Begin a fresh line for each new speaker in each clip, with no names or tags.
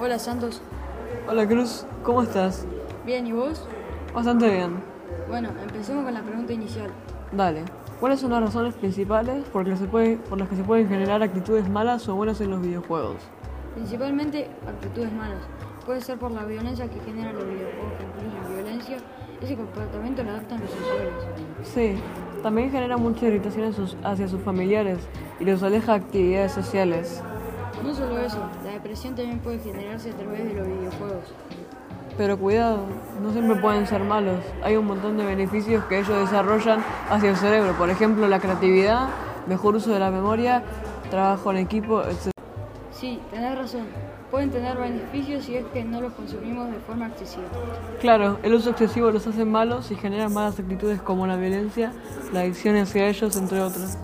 Hola Santos.
Hola Cruz, ¿cómo estás?
Bien, ¿y vos?
Bastante bien.
Bueno, empecemos con la pregunta inicial.
Dale. ¿Cuáles son las razones principales por, que se puede- por las que se pueden generar actitudes malas o buenas en los videojuegos?
Principalmente actitudes malas. Puede ser por la violencia que generan los videojuegos que incluyen violencia. Ese comportamiento lo adaptan los usuarios.
Sí, también genera mucha irritación en sus- hacia sus familiares y los aleja de actividades sociales.
No solo eso, la depresión también puede generarse a través de los videojuegos.
Pero cuidado, no siempre pueden ser malos. Hay un montón de beneficios que ellos desarrollan hacia el cerebro. Por ejemplo, la creatividad, mejor uso de la memoria, trabajo en equipo, etc.
Sí, tenés razón. Pueden tener beneficios si es que no los consumimos de forma excesiva.
Claro, el uso excesivo los hace malos y genera malas actitudes como la violencia, la adicción hacia ellos, entre otros.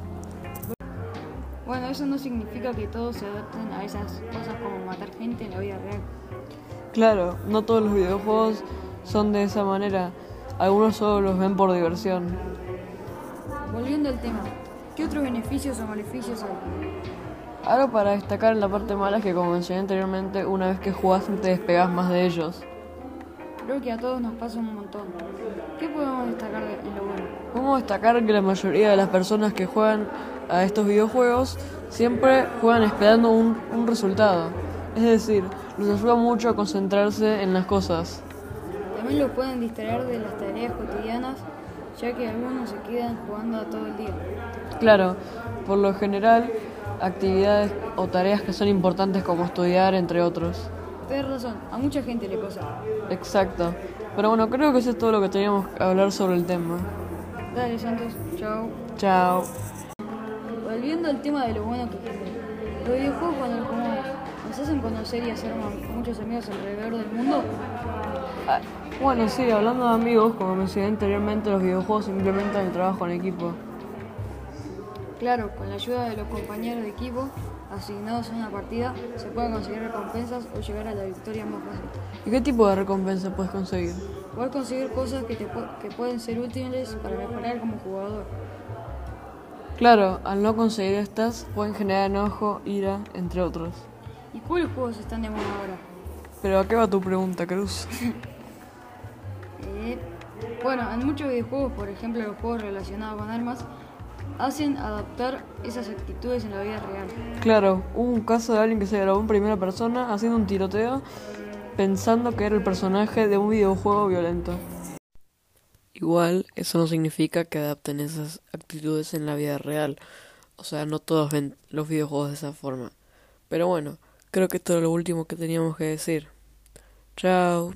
Bueno, eso no significa que todos se adapten a esas cosas como matar gente en la vida real.
Claro, no todos los videojuegos son de esa manera. Algunos solo los ven por diversión.
Volviendo al tema, ¿qué otros beneficios o maleficios hay?
Algo para destacar en la parte mala es que, como mencioné anteriormente, una vez que jugás te despegas más de ellos.
Creo que a todos nos pasa un montón. ¿Qué podemos destacar de en lo bueno?
Podemos destacar que la mayoría de las personas que juegan a estos videojuegos siempre juegan esperando un, un resultado. Es decir, les ayuda mucho a concentrarse en las cosas.
También los pueden distraer de las tareas cotidianas, ya que algunos se quedan jugando todo el día.
Claro, por lo general, actividades o tareas que son importantes como estudiar, entre otros.
Tienes razón, a mucha gente le pasa.
Exacto. Pero bueno, creo que eso es todo lo que teníamos que hablar sobre el tema.
Dale, Santos, chao.
Chao.
Volviendo al tema de lo bueno que tiene. Los videojuegos cuando los jugamos nos hacen conocer y hacer ma- muchos amigos alrededor del mundo.
Ah, Bueno, sí, hablando de amigos, como mencioné anteriormente, los videojuegos implementan el trabajo en equipo.
Claro, con la ayuda de los compañeros de equipo asignados a una partida, se pueden conseguir recompensas o llegar a la victoria más fácil.
¿Y qué tipo de recompensa puedes conseguir?
Poder conseguir cosas que, te pu- que pueden ser útiles para mejorar como jugador.
Claro, al no conseguir estas, pueden generar enojo, ira, entre otros.
¿Y cuáles juegos están de moda ahora?
Pero ¿a qué va tu pregunta, Cruz?
Eh, bueno, en muchos videojuegos, por ejemplo los juegos relacionados con armas, hacen adaptar esas actitudes en la vida real.
Claro, hubo un caso de alguien que se grabó en primera persona haciendo un tiroteo pensando que era el personaje de un videojuego violento. Igual, eso no significa que adapten esas actitudes en la vida real. O sea, no todos ven los videojuegos de esa forma. Pero bueno, creo que esto era lo último que teníamos que decir. Chao.